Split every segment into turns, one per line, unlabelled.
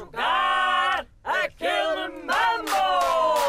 jogar aquele mambo!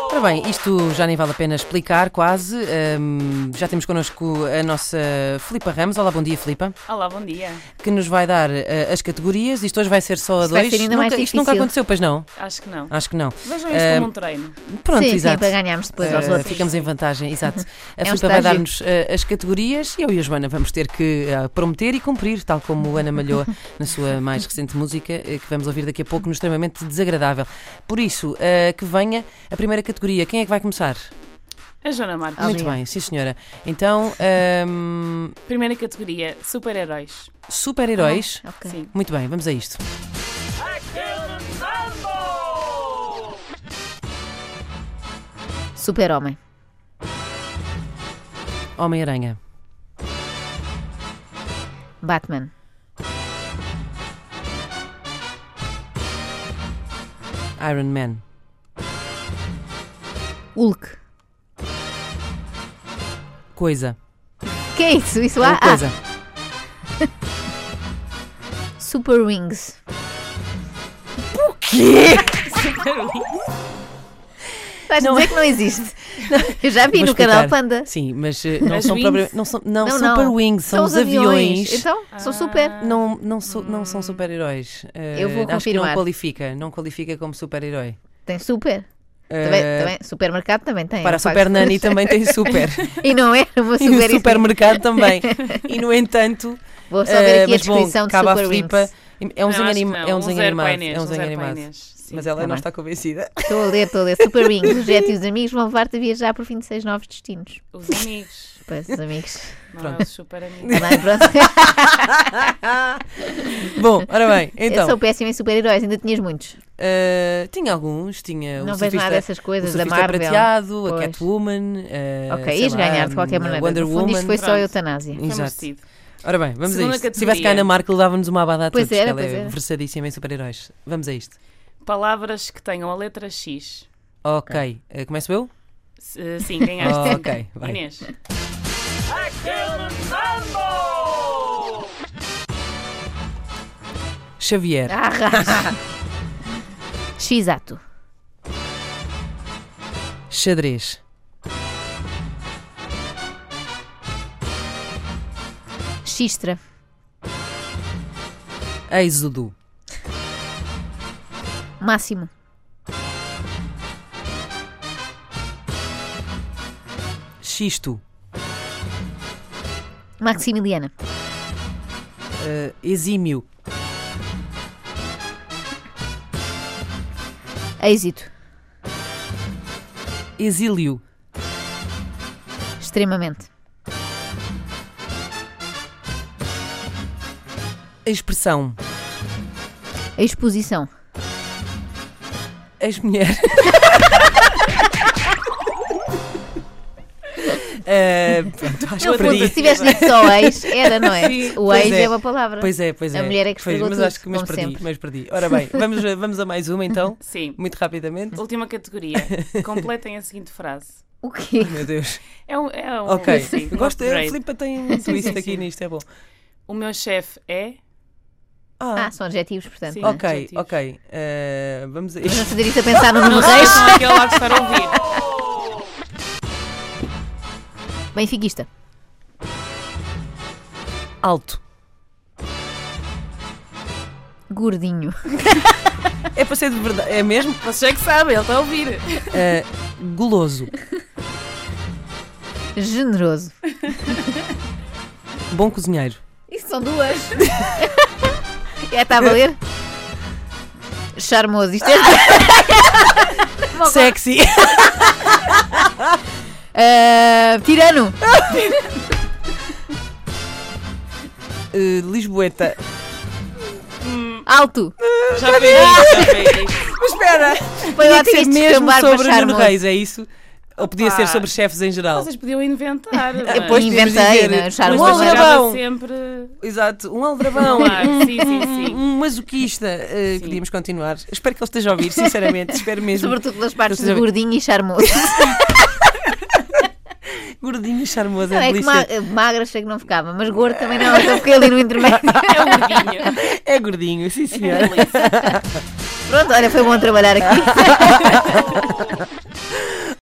Ora bem, isto já nem vale a pena explicar, quase. Ahm, já temos connosco a nossa Filipa Ramos. Olá, bom dia, Filipa.
Olá, bom dia.
Que nos vai dar eh, as categorias. Isto hoje vai ser só a
Isto vai
dois.
ser ainda
nunca,
mais
isto nunca
difícil.
aconteceu, pois não?
Acho que não.
Acho que não.
Vejam isto
Eh,
como um treino.
Pronto,
sim, sim,
exato.
para ganharmos depois aos
Eh,
outros.
ficamos em vantagem, exato. A
um
Filipa vai
estágio.
dar-nos eh, as categorias e eu e a Joana vamos ter que eh, prometer e cumprir, tal como Ana Malhoa na sua mais recente música, eh, que vamos ouvir daqui a pouco no extremamente desagradável. Por isso, eh, que venha a primeira categoria. Quem é que vai começar?
A Joana Marques.
Ali.
Muito bem, sim senhora. Então, hum, ahm,
Primeira categoria, super-heróis.
super-heróis.
Ah, Ok.
Sim.
Muito bem, vamos a isto.
Aquele mambo!
Super-Homem.
Homem-Aranha,
Batman.
Iron Man,
Hulk.
Coisa.
Que é isso? Isso
É
há?
uma coisa.
Ah, Super Wings. Vais
Não
dizer
é-
que não existe. Eu já vi
Vou
no canal
explicar.
Panda.
Sim, mas eh, não
As
são
wings?
propriamente. Não são, não,
Não,
super
não.
wings, são, os aviões. Ah.
Então, são super.
Não, não, sou- não são super-heróis. Eh,
Eu vou
acho que não
confirmar.
qualifica, não qualifica como super-herói.
Tem super.
Eh,
Também, também, supermercado também tem.
para
não
a
faz-
Super Nani também tem super.
E não é uma
e o
super.
supermercado também. E no entanto,
Vou só
eh,
ver aqui a
mas bom,
descrição de
cabe à
Super
Filipa.
Wings.
É um desenho
acho que
anima-
não.
é um
Um
desenho
zero
animado.
para a Inês,
É um
um
desenho
zero para a
animado.
Inês. Sim.
Mas ela é
Tá
não
bem.
está convencida.
Estou a ler, estou a ler. Super Wings. O Jet e os amigos vão levar-te a viajar por 26 novos destinos.
Os amigos.
Pois, os amigos.
Não
Pronto.
é os super-amigos.
Tá bem, pronto.
Bom, ora bem,
Eu
então.
sou péssima em super-heróis, ainda tinhas muitos.
eh, tinha alguns, tinha
não
o
vejo
Um surfista,
nada dessas
o
coisas da
surfista
Marvel.
prateado, a
Pois.
Catwoman. eh,
Ok,
sei
ias
lá,
ganhar de qualquer
a
maneira.
Wonder
no fundo,
Woman.
isto foi assim. só
Pronto.
eutanásia.
Foi
Exato.
merecido.
Ora bem, vamos
Segunda
a isto. Se tivesse cá a Ana
categoria.
Marco, levava-nos uma abada a
Pois
todos,
era,
que ela
pois
é
era.
versadíssima em super-heróis. Vamos a isto.
Palavras que tenham a letra X.
Ok, eh, começo eu?
S- eh, Sim, ganhaste.
Oh, Ok, vai.
Inês.
Aquele mambo!
Xavier,
Ah, X-ato. Ah.
xadrez,
Xistra.
êxodo,
Máximo.
xisto,
Maximiliana.
eh, exímio,
Êxito.
exílio,
Extremamente.
expressão,
Exposição.
ex-mulher. Eh, pronto, acho
No
que
fundo,
perdi.
se tivesse dito só ex, era, não é? O
pois
ex
é.
é. uma palavra.
Pois é, pois
A
é.
mulher é que
Pois,
esfregou
mas
tudo,
acho que mas
como
perdi,
sempre.
mas perdi. Ora bem, vamos, a- vamos a mais uma então,
Sim.
muito rapidamente.
Última categoria. Completem a seguinte frase.
O quê?
Meu Deus.
É um. É um
Ok,
sim, um
gosto. A
upgrade.
Filipa tem um twist aqui nisto, é bom.
O meu chefe é.
Ah, são adjetivos, portanto.
Sim.
não é?
Ok,
adjetivos.
ok. eh, vamos a
Vamos
isto.
fazer isto a pensar no número
Não
Ah!
6.
sei aquele lá que está a ouvir.
Benfiquista.
Alto.
Gordinho.
É para ser de verdade. É mesmo?
Vocês é que sabem, ele está a ouvir.
Eh, goloso.
Generoso.
Bom cozinheiro.
Isso são duas. é, está a valer? Charmoso. Isto é. Bom,
Sexy.
Ah, tirano.
Eh, Lisboeta.
Alto.
Já foi isto, já foi isto.
Mas espera!
Foi
Tinha que
ótimo
ser
este
mesmo
descambar para
sobre Nuno
charmoso.
Reis, é isso? Ou podia ser
Opa.
sobre chefes em geral?
Vocês podiam inventar.
Depois
mas-
podíamos
Inventei,
dizer,
né?
É, Um
Charmoso.
mas chegava
aldrabão.
sempre.
Exato, um aldrabão.
Claro,
um-
sim, sim, sim.
Um um masoquista. Eh,
Sim.
podíamos continuar. Espero que ele esteja a ouvir, sinceramente. Espero mesmo.
Sobretudo das partes
Vocês-
de gordinho e charmoso.
Gordinho, charmoso,
Não,
é
é que
delícia.
ma magra achei que não ficava, mas gordo também não, então fiquei ali no intermédio.
É o gordinho.
É gordinho, sim senhora.
Pronto, olha, foi bom trabalhar aqui.